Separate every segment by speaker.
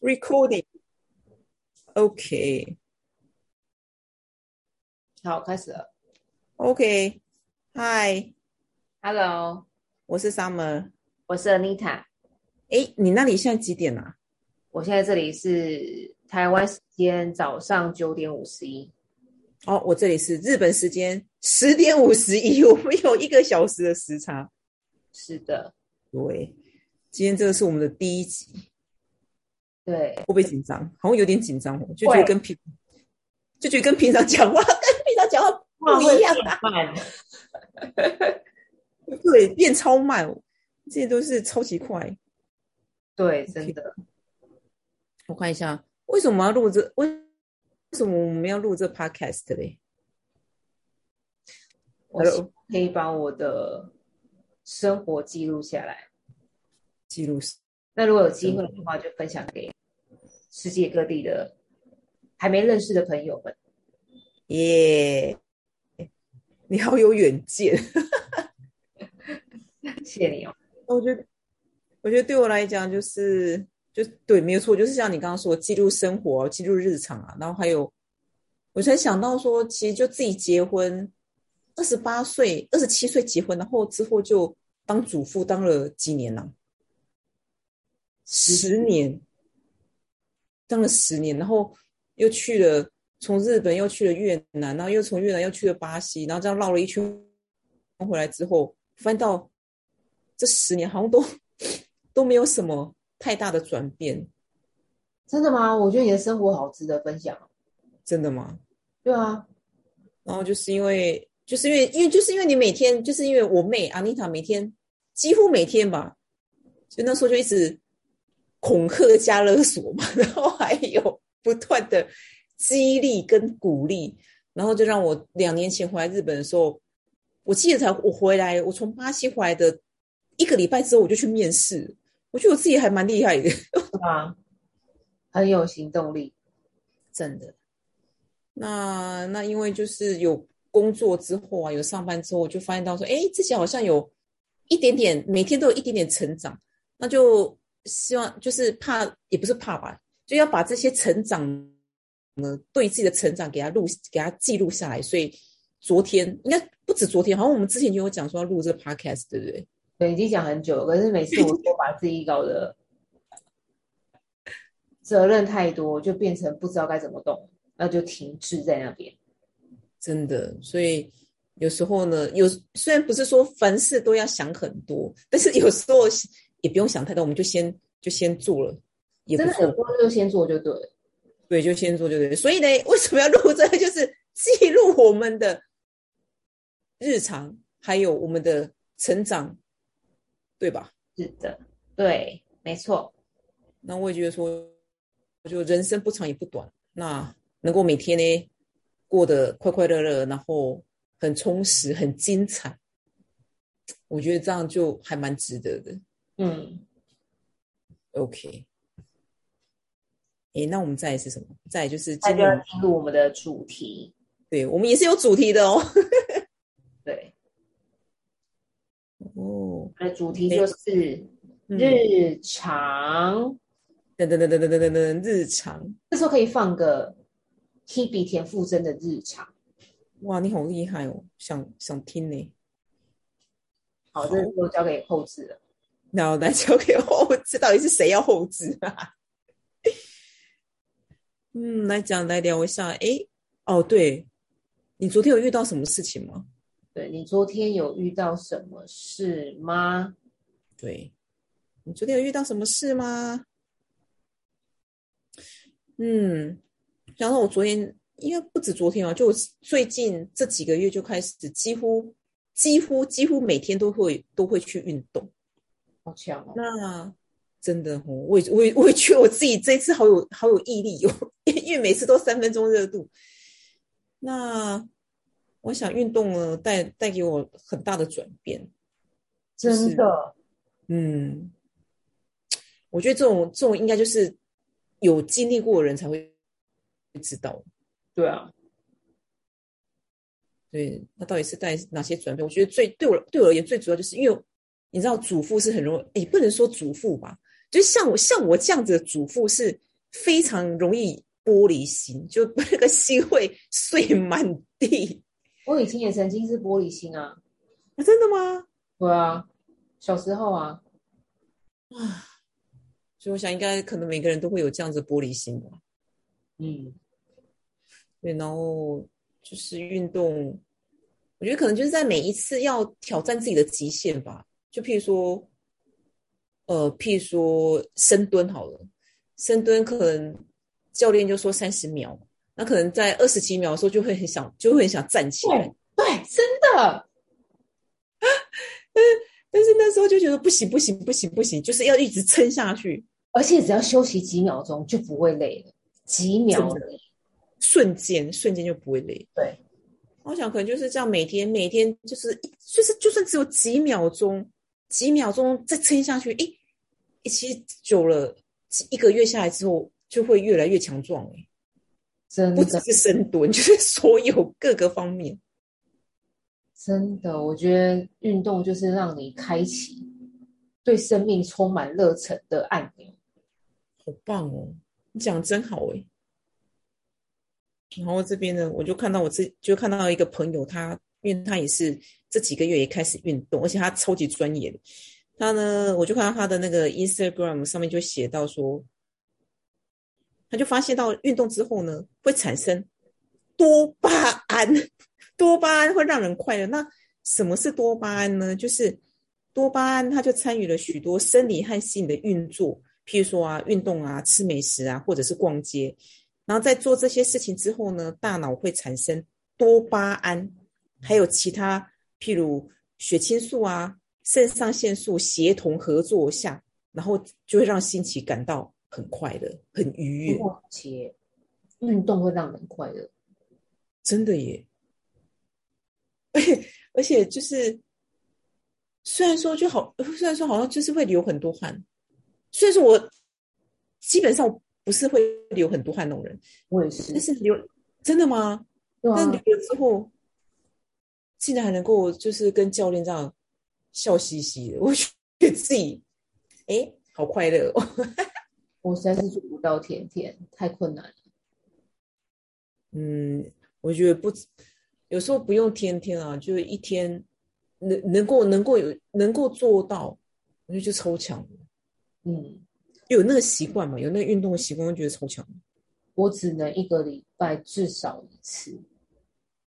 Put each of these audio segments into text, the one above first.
Speaker 1: recording。OK
Speaker 2: 好，开始了。
Speaker 1: OK，嗨，
Speaker 2: Hello，
Speaker 1: 我是 Summer。
Speaker 2: 我是 Anita，
Speaker 1: 哎，你那里现在几点啊？
Speaker 2: 我现在这里是台湾时间早上九点五十一。
Speaker 1: 哦，我这里是日本时间十点五十一， 我们有一个小时的时差。
Speaker 2: 是的，
Speaker 1: 对，今天这个是我们的第一集，
Speaker 2: 对
Speaker 1: 会，不会紧张？好像有点紧张哦，就觉得
Speaker 2: 会
Speaker 1: 跟平就觉得跟平常讲话 跟平常讲话不一样啊，
Speaker 2: 慢，
Speaker 1: 对，变超慢，哦这些都是超级快。
Speaker 2: 对，真的，
Speaker 1: 我看一下，啊为什么要录这？为为什么我们要录这 podcast 嘞？
Speaker 2: 我希望可以把我的生活记录下来。
Speaker 1: 记录是
Speaker 2: 那如果有机会的话，就分享给世界各地的还没认识的朋友们。
Speaker 1: 耶你好有远见。
Speaker 2: 谢谢你哦。
Speaker 1: 我觉得，我觉得对我来讲，就是就对，没有错，就是像你刚刚说，记录生活、记录日常啊，然后还有，我才想到说，其实就自己结婚，二十八岁、二十七岁结婚，然后之后就当主妇，当了几年呢、十年，当了十年，然后又去了从日本又去了越南，然后又从越南又去了巴西，然后这样绕了一圈回来之后，翻到这十年好像都 都没有什么太大的转变，
Speaker 2: 真的吗？我觉得你的生活好值得分享哦。
Speaker 1: 真的吗？
Speaker 2: 对啊，
Speaker 1: 然后就是因为，就是因为，因为就是因为你每天，就是因为我妹阿妮塔每天几乎每天吧，就那时候就一直恐吓加勒索嘛， 然后还有不断的激励跟鼓励，然后就让我两年前回来日本的时候，我记得才我回来，我从巴西回来的一个礼拜之后，我就去面试，我觉得我自己还蛮厉害的。
Speaker 2: 对啊，很有行动力。
Speaker 1: 真的。那那因为就是有工作之后啊，有上班之后，我就发现到说，哎，自己好像有一点点，每天都有一点点成长。那就希望就是怕，也不是怕吧，就要把这些成长呢，对自己的成长给它录，给它记录下来。所以昨天应该不止昨天，好像我们之前就有讲说要录这个 podcast，对不对？
Speaker 2: 对，已经讲很久了，可是每次我都把自己搞得 责任太多，就变成不知道该怎么动，那就停滞在那边。
Speaker 1: 真的，所以有时候呢，有虽然不是说凡事都要想很多，但是有时候也不用想太多，我们就先就先做了，也不
Speaker 2: 真的有
Speaker 1: 错，
Speaker 2: 工作就先做就对了。
Speaker 1: 对，就先做就对了。所以呢，为什么要录这个？就是记录我们的日常，还有我们的成长，对吧？
Speaker 2: 是的，对，没错，
Speaker 1: 那我也觉得说，就人生不长也不短，那能够每天呢过得快快乐乐，然后很充实、很精彩，我觉得这样就还蛮值得的。
Speaker 2: 嗯，
Speaker 1: OK，诶，那我们再来是什么？再来就是
Speaker 2: 那
Speaker 1: 今
Speaker 2: 就
Speaker 1: 天我
Speaker 2: 要
Speaker 1: 们，
Speaker 2: 进入我们的主题。
Speaker 1: 对我们也是有主题的哦。
Speaker 2: 对，
Speaker 1: 哦，
Speaker 2: 我们的主题就是
Speaker 1: 嗯
Speaker 2: 日常。
Speaker 1: 等等等等等等等等，日常，
Speaker 2: 这时候可以放个 Hebe 田馥甄的日常。
Speaker 1: 哇，你好厉害哦，想想听呢。
Speaker 2: 好，这都交给后置了。
Speaker 1: 那 我来交给后置，到底是谁要后置啊？ 嗯，来讲来聊一下。诶，哦，对，你昨天有遇到什么事情吗？
Speaker 2: 对你昨天有遇到什么事吗？
Speaker 1: 对，你昨天有遇到什么事吗？嗯，想到我昨天应该不止昨天啊，就我最近这几个月就开始几乎几乎几乎每天都会都会去运动。
Speaker 2: 好强哦！
Speaker 1: 那真的哦，我也我也我也觉得我自己这次好有好有毅力哦，因为每次都三分钟热度。那我想运动呢，带带给我很大的转变。就是
Speaker 2: 真的，
Speaker 1: 嗯，我觉得这种这种应该就是有经历过的人才会知道。
Speaker 2: 对啊，
Speaker 1: 对，那到底是带哪些转变？我觉得最对我对我而言最主要就是因为你知道主妇是很容易，也不能说主妇吧，就像我像我这样子的主妇是非常容易玻璃心，就那个心会碎满地。
Speaker 2: 我以前也曾经是玻璃心啊，
Speaker 1: 啊真的吗？
Speaker 2: 对啊，小时候啊，
Speaker 1: 所以我想，应该可能每个人都会有这样子玻璃心吧。
Speaker 2: 嗯，
Speaker 1: 对，然后就是运动，我觉得可能就是在每一次要挑战自己的极限吧。就譬如说，呃，譬如说深蹲好了，深蹲可能教练就说三十秒，那可能在二十几秒的时候就会很想，就会很想站起来。
Speaker 2: 对，真的，
Speaker 1: 但是那时候就觉得不行不行不行不行，就是要一直撑下去，
Speaker 2: 而且只要休息几秒钟就不会累了，几秒
Speaker 1: 真瞬间瞬间就不会累。
Speaker 2: 对，
Speaker 1: 我想可能就是这样，每天每天就是就是就算只有几秒钟，几秒钟再撑下去，诶，诶其实久了几一个月下来之后，就会越来越强壮、诶
Speaker 2: 真
Speaker 1: 不只
Speaker 2: 的
Speaker 1: 是深蹲， 就是所有各个方面。
Speaker 2: 真的，我觉得运动就是让你开启对生命充满热忱的按钮。
Speaker 1: 好棒哦！你讲得真好诶。然后这边呢，我就看到我自就看到一个朋友他，因为他也是这几个月也开始运动，而且他超级专业的。他呢，我就看到他的那个 Instagram 上面就写到说，他就发现到运动之后呢，会产生多巴胺，多巴胺会让人快乐。那什么是多巴胺呢？就是多巴胺，它就参与了许多生理和心理的运作，譬如说啊，运动啊，吃美食啊，或者是逛街。然后在做这些事情之后呢，大脑会产生多巴胺，还有其他譬如血清素啊、肾上腺素协同合作下，然后就会让心情感到很快乐、很愉悦。
Speaker 2: 而且运动会让人快乐，
Speaker 1: 真的耶！而且而且就是，虽然说就好，虽然说好像就是会流很多汗，虽然说我基本上不是会流很多汗那种人，
Speaker 2: 我也是
Speaker 1: 但，是流真的吗？
Speaker 2: 对
Speaker 1: 但
Speaker 2: 啊，
Speaker 1: 流了之后，竟然还能够就是跟教练这样笑嘻嘻的，我觉得自己哎、诶好快乐哦！
Speaker 2: 我实在是做不到天天，太困难了。
Speaker 1: 嗯，我觉得不止，有时候不用天天啊，就是一天能能够能够有能够做到，我觉得就超强了。
Speaker 2: 嗯，
Speaker 1: 有那个习惯嘛，有那个运动的习惯，我觉得超强。
Speaker 2: 我只能一个礼拜至少一次，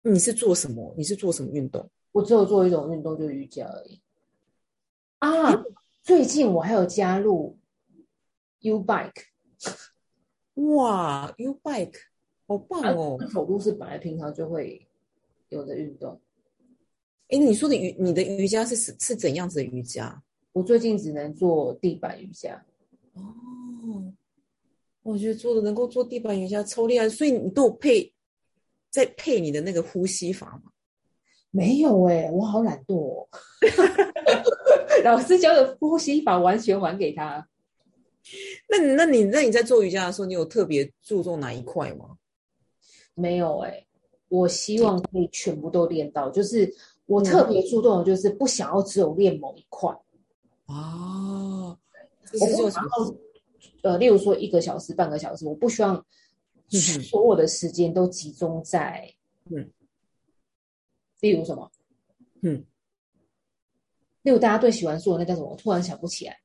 Speaker 1: 你是做什么？你是做什么运动？
Speaker 2: 我只有做一种运动，就是瑜伽而已。啊，最近我还有加入 U Bike，
Speaker 1: 哇，U bike，好棒哦！
Speaker 2: 走路是本来平常就会有的运动。
Speaker 1: 哎，你说的瑜，你的瑜伽是是是怎样子的瑜伽？
Speaker 2: 我最近只能做地板瑜伽，
Speaker 1: 哦，我觉得做的能够做地板瑜伽超厉害，所以你都有配在配你的那个呼吸法嘛？
Speaker 2: 没有哎、我好懒惰哦。 老师教的呼吸法完全还给他。
Speaker 1: 那你那你那你在做瑜伽的时候，你有特别注重哪一块吗？
Speaker 2: 没有哎、我希望可以全部都练到，就是我特别注重的就是不想要只有练某一块，
Speaker 1: 啊，
Speaker 2: 我
Speaker 1: 这是
Speaker 2: 不
Speaker 1: 就
Speaker 2: 想要呃，例如说一个小时、半个小时，我不希望
Speaker 1: 嗯
Speaker 2: 所有的时间都集中在
Speaker 1: 嗯，
Speaker 2: 例如什么，
Speaker 1: 嗯，
Speaker 2: 例如大家最喜欢做的那叫什么？我突然想不起来，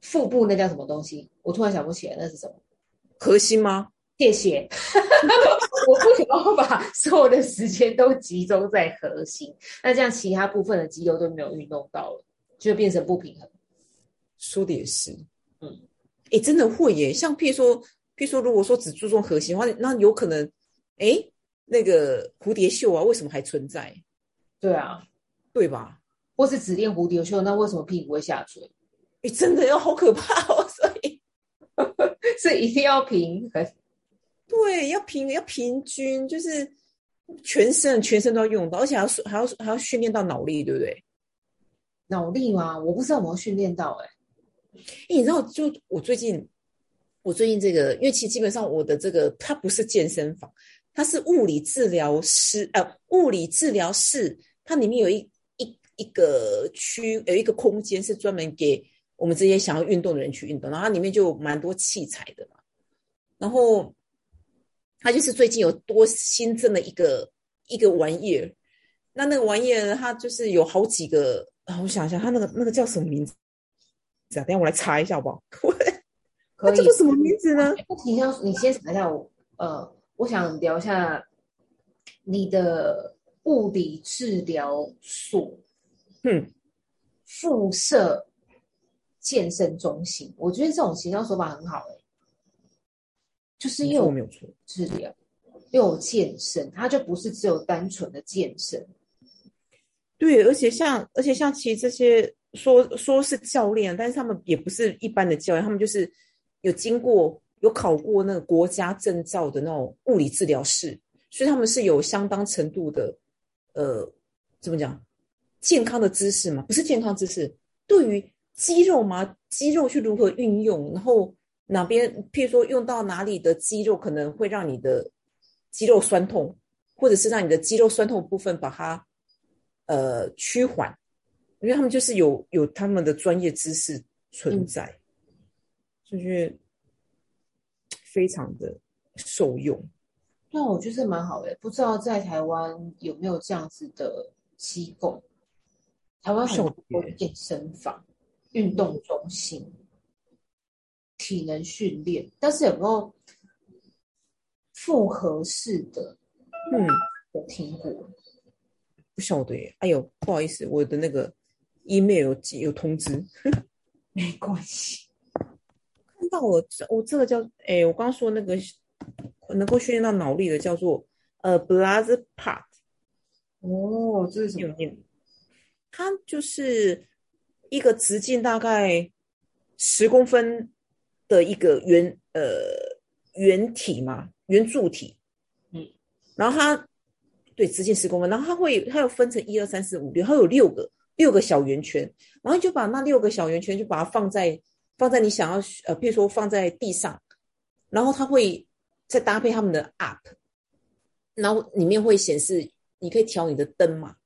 Speaker 2: 腹部那叫什么东西？我突然想不起来那是什么。啊
Speaker 1: 核心吗？
Speaker 2: 谢谢。 我不想要把所有的时间都集中在核心，那这样其他部分的肌肉都没有运动到了，就变成不平衡。
Speaker 1: 说的也是，
Speaker 2: 嗯，
Speaker 1: 哎，真的会耶。像譬如说，譬如说，如果说只注重核心的话，那有可能，哎，那个蝴蝶袖啊，为什么还存在？
Speaker 2: 对啊，
Speaker 1: 对吧？
Speaker 2: 或是只练蝴蝶袖，那为什么屁股会下垂？
Speaker 1: 哎，真的要好可怕哦。 所以，
Speaker 2: 是一定要平衡。
Speaker 1: 对，要平要平均，就是全身全身都要用到，而且还要还要还要训练到脑力，对不对？
Speaker 2: 脑力吗？我不知道有没有训练到哎、
Speaker 1: 欸，你知道，就我最近，我最近这个，因为其实基本上我的这个，它不是健身房，它是物理治疗师，呃，物理治疗室，它里面有一一一个区，有一个空间是专门给我们这些想要运动的人去运动，然后它里面就有蛮多器材的嘛。然后它就是最近有多新增了一个一个玩意儿，那那个玩意儿呢它就是有好几个啊，我想一下，它那个那个叫什么名字啊？等一下我来查一下好不好？ 它
Speaker 2: 可以嗯
Speaker 1: 叫做什么名字 呢？
Speaker 2: 那你先你先查一下我，呃，我想聊一下你的物理治疗所
Speaker 1: 嗯，
Speaker 2: 附设健身中心，我觉得这种行销手法很好哎、就是因为
Speaker 1: 我
Speaker 2: 我
Speaker 1: 没有错，
Speaker 2: 治疗又有健身，它就不是只有单纯的健身，
Speaker 1: 对，而且像而且像其实这些说说是教练，但是他们也不是一般的教练，他们就是有经过有考过那个国家证照的那种物理治疗师，所以他们是有相当程度的呃怎么讲健康的知识嘛？不是健康知识，对于肌肉嘛，肌肉去如何运用，然后哪边譬如说用到哪里的肌肉可能会让你的肌肉酸痛，或者是让你的肌肉酸痛部分把它呃趋缓，因为他们就是有有他们的专业知识存在，就是非常的受用。
Speaker 2: 那我觉得这蛮好的、不知道在台湾有没有这样子的机构？台湾很多健身房、运动中心、体能训练，但是有没有复合式的？
Speaker 1: 嗯，
Speaker 2: 有听过？
Speaker 1: 不晓得耶。哎呦，不好意思，我的那个 email 有寄有通知。
Speaker 2: 没关系，
Speaker 1: 看到我这我这个叫哎、我刚刚说那个能够训练到脑力的叫做呃 blood part，
Speaker 2: 哦，这是什
Speaker 1: 有
Speaker 2: 么？
Speaker 1: 念，它就是一个直径大概十公分的一个圆呃圆体嘛，圆柱体，
Speaker 2: 嗯，
Speaker 1: 然后它对直径十公分，然后它会它又分成一二三四五六，它有六个六个小圆圈，然后你就把那六个小圆圈就把它放在放在你想要呃，譬如说放在地上，然后它会再搭配他们的 app，然后里面会显示你可以调你的灯嘛，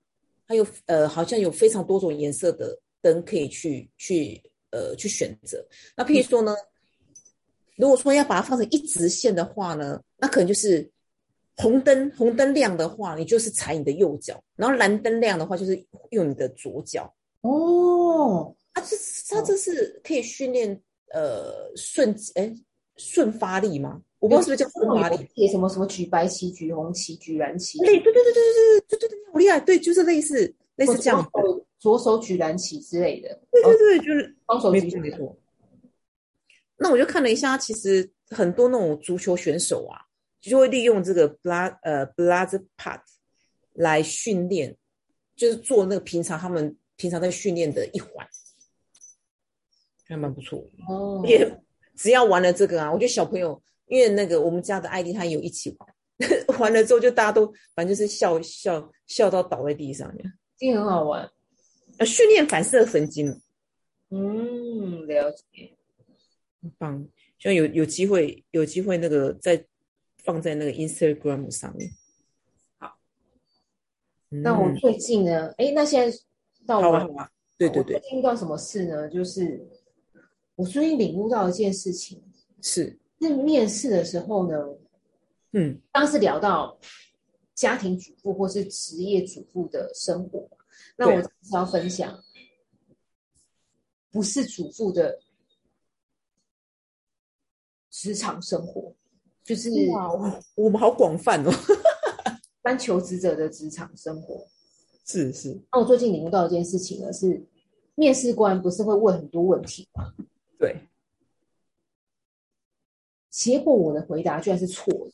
Speaker 1: 它有呃好像有非常多种颜色的灯可以去去呃去选择。那譬如说呢，如果说要把它放成一直线的话呢，那可能就是红灯红灯亮的话，你就是踩你的右脚；然后蓝灯亮的话，就是用你的左脚。
Speaker 2: 哦，
Speaker 1: 啊，这它这是可以训练呃瞬哎瞬发力吗？我不知道是不是叫瞬发力，
Speaker 2: 也什么什么举白旗、举红旗、举蓝旗，
Speaker 1: 类对对对对对对对对对，好厉害，对，就是类似类似这样的，
Speaker 2: 左手，左手举蓝旗之类的，哦
Speaker 1: 对对对，就是
Speaker 2: 双手
Speaker 1: 没
Speaker 2: 举
Speaker 1: 错没错。那我就看了一下，其实很多那种足球选手啊，就会利用这个 blood 呃 blood part 来训练，就是做那个平常他们平常在训练的一环，还蛮不错的。
Speaker 2: 哦，
Speaker 1: 也只要玩了这个啊，我觉得小朋友，因为那个我们家的艾丽她也有一起玩， 玩了之后就大家都反正就是笑笑笑到倒在地上这样，
Speaker 2: 这个很好玩。
Speaker 1: 呃，训练反射神经，
Speaker 2: 嗯，了解。
Speaker 1: 很棒，希望有有机会有机会那个再放在那个 Instagram 上面。
Speaker 2: 好，
Speaker 1: 那
Speaker 2: 那我最近呢？哎、那现在到
Speaker 1: 嗯好
Speaker 2: 我
Speaker 1: 啊好啊，对对
Speaker 2: 我
Speaker 1: 对，
Speaker 2: 最近遇到什么事呢？就是我最近领悟到一件事情，
Speaker 1: 是，
Speaker 2: 是面试的时候呢，
Speaker 1: 嗯
Speaker 2: 当时聊到家庭主妇或是职业主妇的生活，那我
Speaker 1: 对
Speaker 2: 是要分享不是主妇的职场生活，就是
Speaker 1: 哇，哦我们好广泛哦，
Speaker 2: 当求职者的职场生活。
Speaker 1: 是是，
Speaker 2: 那我最近领悟到一件事情呢，是面试官不是会问很多问题吗？
Speaker 1: 对，
Speaker 2: 结果我的回答居然是错的，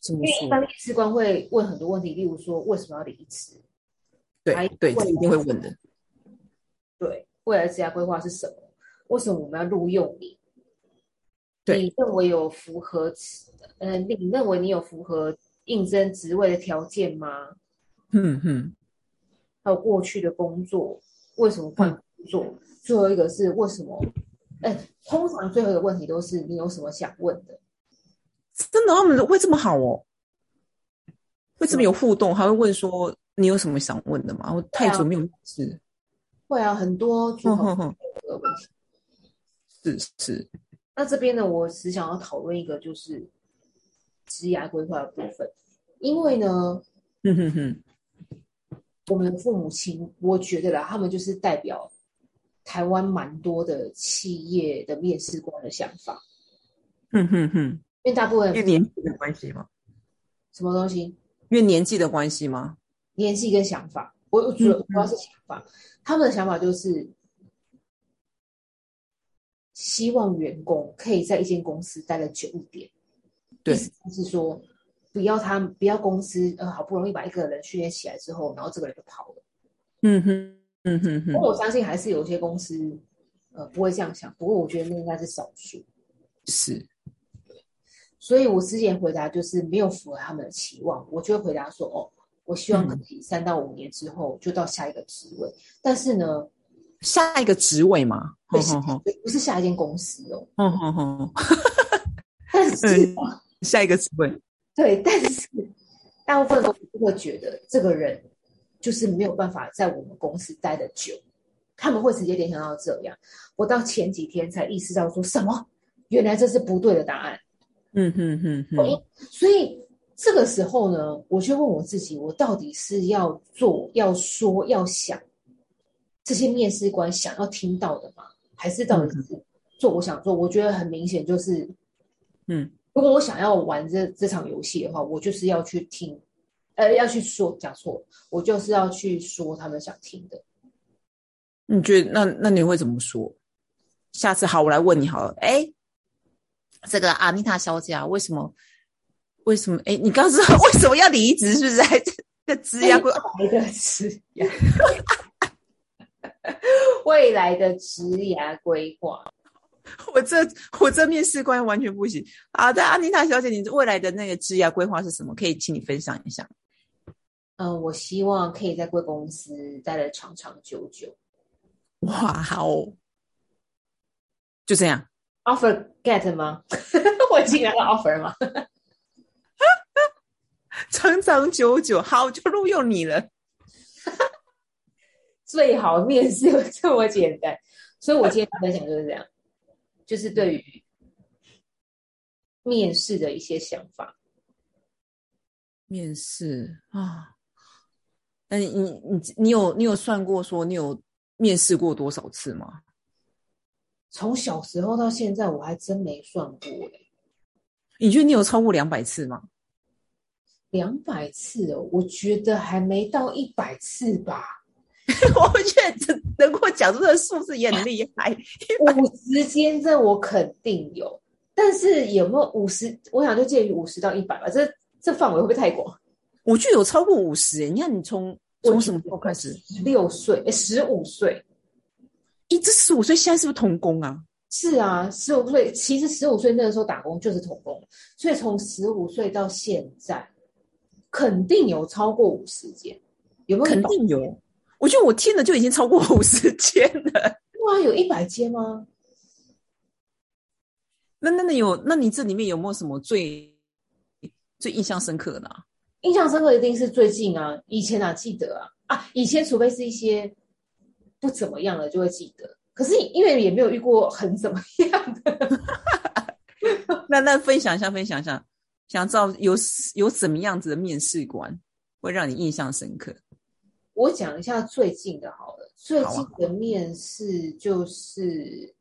Speaker 1: 怎么
Speaker 2: 因为一般
Speaker 1: 说？
Speaker 2: 面试官会问很多问题，例如说为什么要离职，还
Speaker 1: 对对，
Speaker 2: 问
Speaker 1: 这一定会问的，
Speaker 2: 对，未来职业规划是什么，为什么我们要录用你？
Speaker 1: 对
Speaker 2: 你认为有符合此，呃，你认为你有符合应征职位的条件吗？
Speaker 1: 嗯嗯，
Speaker 2: 还有过去的工作，为什么换工作？最后一个是为什么？哎，通常最后一个问题都是你有什么想问的。
Speaker 1: 真的他们会这么好哦？会这么有互动？还会问说你有什么想问的吗？我太久没有面试了，
Speaker 2: 会啊，很多主
Speaker 1: 嗯哼哼
Speaker 2: 考
Speaker 1: 哼，
Speaker 2: 的问题。
Speaker 1: 是是，
Speaker 2: 那这边呢，我只想要讨论一个就是职涯规划的部分，因为呢，
Speaker 1: 嗯哼哼，
Speaker 2: 我们的父母亲，我觉得啦，他们就是代表台湾蛮多的企业的面试官的想法，
Speaker 1: 嗯哼哼，
Speaker 2: 因为大部分
Speaker 1: 因为年纪的关系吗？
Speaker 2: 什么东西
Speaker 1: 因为年纪的关系吗？
Speaker 2: 年纪跟想法，我我主
Speaker 1: 嗯
Speaker 2: 要
Speaker 1: 嗯
Speaker 2: 主要是想法，他们的想法就是希望员工可以在一间公司待的久一点。
Speaker 1: 对
Speaker 2: 意思就是说，不要他不要公司呃好不容易把一个人训练起来之后，然后这个人就跑了。
Speaker 1: 嗯哼，嗯哼
Speaker 2: 不
Speaker 1: 哼，
Speaker 2: 过我相信还是有一些公司呃不会这样想，不过我觉得那应该是少数。
Speaker 1: 是，
Speaker 2: 所以我之前回答就是没有符合他们的期望，我就会回答说哦，我希
Speaker 1: 嗯
Speaker 2: 望可以三到五年之后就到下一个职位，但是呢，
Speaker 1: 下一个职位 嘛，
Speaker 2: 对，
Speaker 1: 嗯哼哼哼，
Speaker 2: 不是下一间公司哦，
Speaker 1: 哼哼哼，
Speaker 2: 但是、
Speaker 1: 下一个职位，
Speaker 2: 对，但是大部分公司都会觉得这个人就是没有办法在我们公司待得久，他们会直接联想到这样。我到前几天才意识到说什么，原来这是不对的答案。
Speaker 1: 嗯哼哼
Speaker 2: 我
Speaker 1: 哼，
Speaker 2: 因所以这个时候呢，我就问我自己，我到底是要做、要说、要想这些面试官想要听到的吗？还是到底是做我想做？我觉得很明显就是，
Speaker 1: 嗯，
Speaker 2: 如果我想要玩这这场游戏的话，我就是要去听，呃，要去说，讲错了，我就是要去说他们想听的。
Speaker 1: 你觉得那那你会怎么说？下次好，我来问你好了，哎，这个阿妮塔小姐啊，为什么？为什么？哎，你刚刚说 为什么要离职？是不是？还 在在职涯规划？
Speaker 2: 未来的职涯，未来的职涯规划，
Speaker 1: 我这我这面试官完全不行。好的，安妮塔小姐，你未来的那个职业规划是什么？可以请你分享一下。
Speaker 2: 嗯，我希望可以在贵公司待得长长久久。
Speaker 1: 哇，好哦，就这样。
Speaker 2: Offer get 吗？ 我已经拿到 offer 吗？
Speaker 1: 长长久久，好，就录用你了。
Speaker 2: 最好面试有这么简单，所以我今天分享就是这样，就是对于面试的一些想法。
Speaker 1: 面试啊，那你你你你有你有算过说你有面试过多少次吗？
Speaker 2: 从小时候到现在，我还真没算过欸
Speaker 1: 你觉得你有超过两百次吗？
Speaker 2: 两百次哦，我觉得还没到一百次吧，
Speaker 1: 我觉得这能够讲出这个数字也很厉害。
Speaker 2: 五十间这我肯定有，但是有没有五十？我想就介于五十到一百吧，这这范围会不会太广？
Speaker 1: 我觉得有超过五十。你看你从从什么时候开始？
Speaker 2: 十六岁，十五岁，
Speaker 1: 咦，这十五岁现在是不是童工啊？
Speaker 2: 是啊，十五岁。其实十五岁那个时候打工就是童工，所以从十五岁到现在，肯定有超过五十间，有没有？
Speaker 1: 肯定有。我觉得我听了就已经超过五十间了。
Speaker 2: 哇，啊有一百间吗？
Speaker 1: 那那那有，那你这里面有没有什么最最印象深刻的啊、
Speaker 2: 印象深刻一定是最近啊，以前哪记得啊？啊，以前除非是一些不怎么样的就会记得，可是因为也没有遇过很怎么样的，
Speaker 1: 那那分享一下，分享一下，想知道有有怎么样子的面试官会让你印象深刻？
Speaker 2: 我讲一下最近的好了，最
Speaker 1: 好
Speaker 2: 近
Speaker 1: 啊
Speaker 2: 的面试就是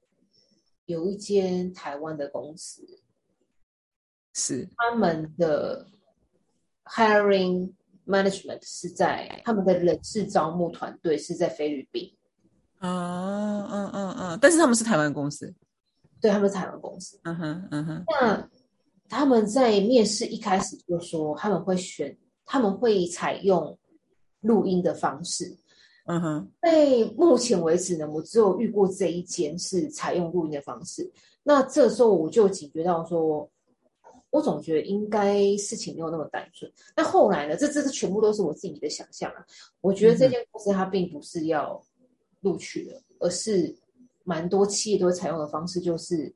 Speaker 2: 有一间台湾的公司，
Speaker 1: 是
Speaker 2: 他们的 hiring management 是在他们的人事招募团队是在菲律宾，
Speaker 1: 啊，嗯嗯嗯，但是他们是台湾公司，
Speaker 2: 对，他们是台湾公司。
Speaker 1: 嗯哼嗯哼，
Speaker 2: 那他们在面试一开始就说他们会选，他们会采用录音的方式，
Speaker 1: 嗯哼，
Speaker 2: 对，目前为止呢，我只有遇过这一间是采用录音的方式。那这时候我就警觉到说，我总觉得应该事情没有那么单纯。那后来呢，这这这全部都是我自己的想象啊。我觉得这间公司它并不是要录取的，而是蛮多企业都会采用的方式，就是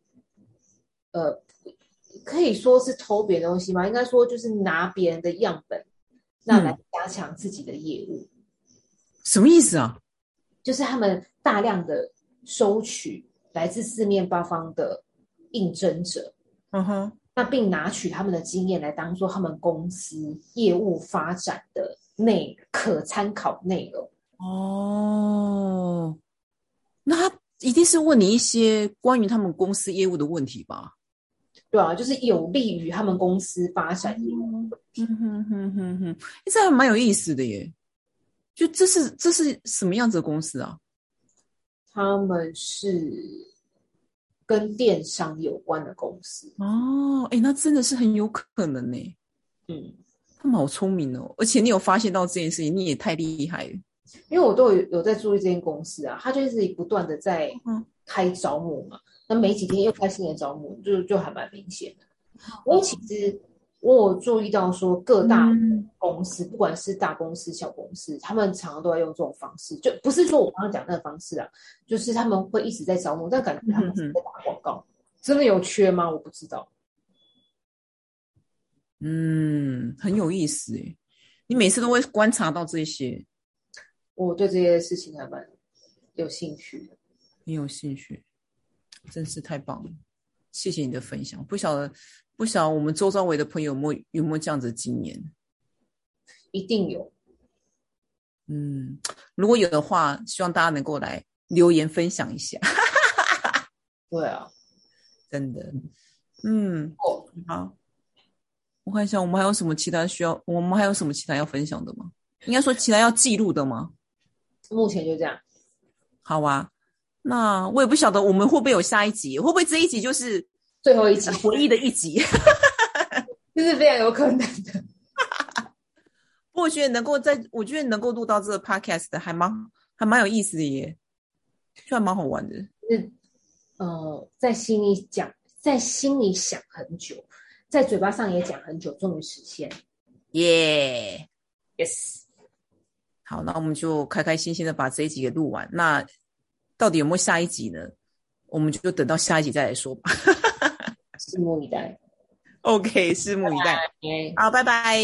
Speaker 2: 呃，可以说是偷别人东西嘛，应该说就是拿别人的样本，那来加强自己的业务。
Speaker 1: 什么意思啊？
Speaker 2: 就是他们大量的收取来自四面八方的应征者，
Speaker 1: 嗯哼，
Speaker 2: 那并拿取他们的经验来当做他们公司业务发展的内可参考内容。
Speaker 1: 哦，那他一定是问你一些关于他们公司业务的问题吧？
Speaker 2: 对啊，就是有利于他们公司发展业务。
Speaker 1: 嗯哼哼哼哼，诶这还蛮有意思的耶。就这是这是什么样子的公司啊？
Speaker 2: 他们是跟电商有关的公司，
Speaker 1: 哦，哎，那真的是很有可能呢。
Speaker 2: 嗯，
Speaker 1: 他们好聪明哦，而且你有发现到这件事情，你也太厉害了。
Speaker 2: 因为我都有有在注意这间公司啊，它就一直不断的在
Speaker 1: 嗯
Speaker 2: 开招募嘛，那没几天又开新的招募，就就还蛮明显的。我其实我有注意到说各大
Speaker 1: 嗯
Speaker 2: 公司，不管是大公司、小公司，他们常常都在用这种方式，就不是说我刚刚讲那个方式啊，就是他们会一直在招募，但感觉他们是在打广告，真的有缺吗？我不知道。
Speaker 1: 嗯，很有意思哎。你每次都会观察到这些，
Speaker 2: 我对这些事情还蛮有兴趣的。
Speaker 1: 你有兴趣，真是太棒了。谢谢你的分享，不晓得不晓得我们周遭围的朋友有没有有没有这样子的经验？
Speaker 2: 一定有，
Speaker 1: 嗯，如果有的话，希望大家能够来留言分享一下，
Speaker 2: 对啊，
Speaker 1: 真的。嗯，
Speaker 2: 哦，
Speaker 1: 好，我看一下，我们还有什么其他需要？我们还有什么其他要分享的吗？应该说其他要记录的吗？
Speaker 2: 目前就这样，
Speaker 1: 好啊，那我也不晓得我们会不会有下一集，会不会这一集就是
Speaker 2: 最后一 集，
Speaker 1: 回忆的一集？
Speaker 2: 这是非常有可能的。
Speaker 1: 不过我觉得能够在，我觉得能够录到这个 podcast 的还蛮还蛮有意思的耶，就还蛮好玩的。
Speaker 2: 是，呃，在心里讲，在心里想很久，在嘴巴上也讲很久，终于实现。
Speaker 1: 耶、
Speaker 2: Yes，
Speaker 1: 好，那我们就开开心心的把这一集给录完。那到底有没有下一集呢？我们就等到下一集再来说吧。
Speaker 2: 拭目以待。
Speaker 1: OK，拭目以待。
Speaker 2: 耶。
Speaker 1: 好，拜拜。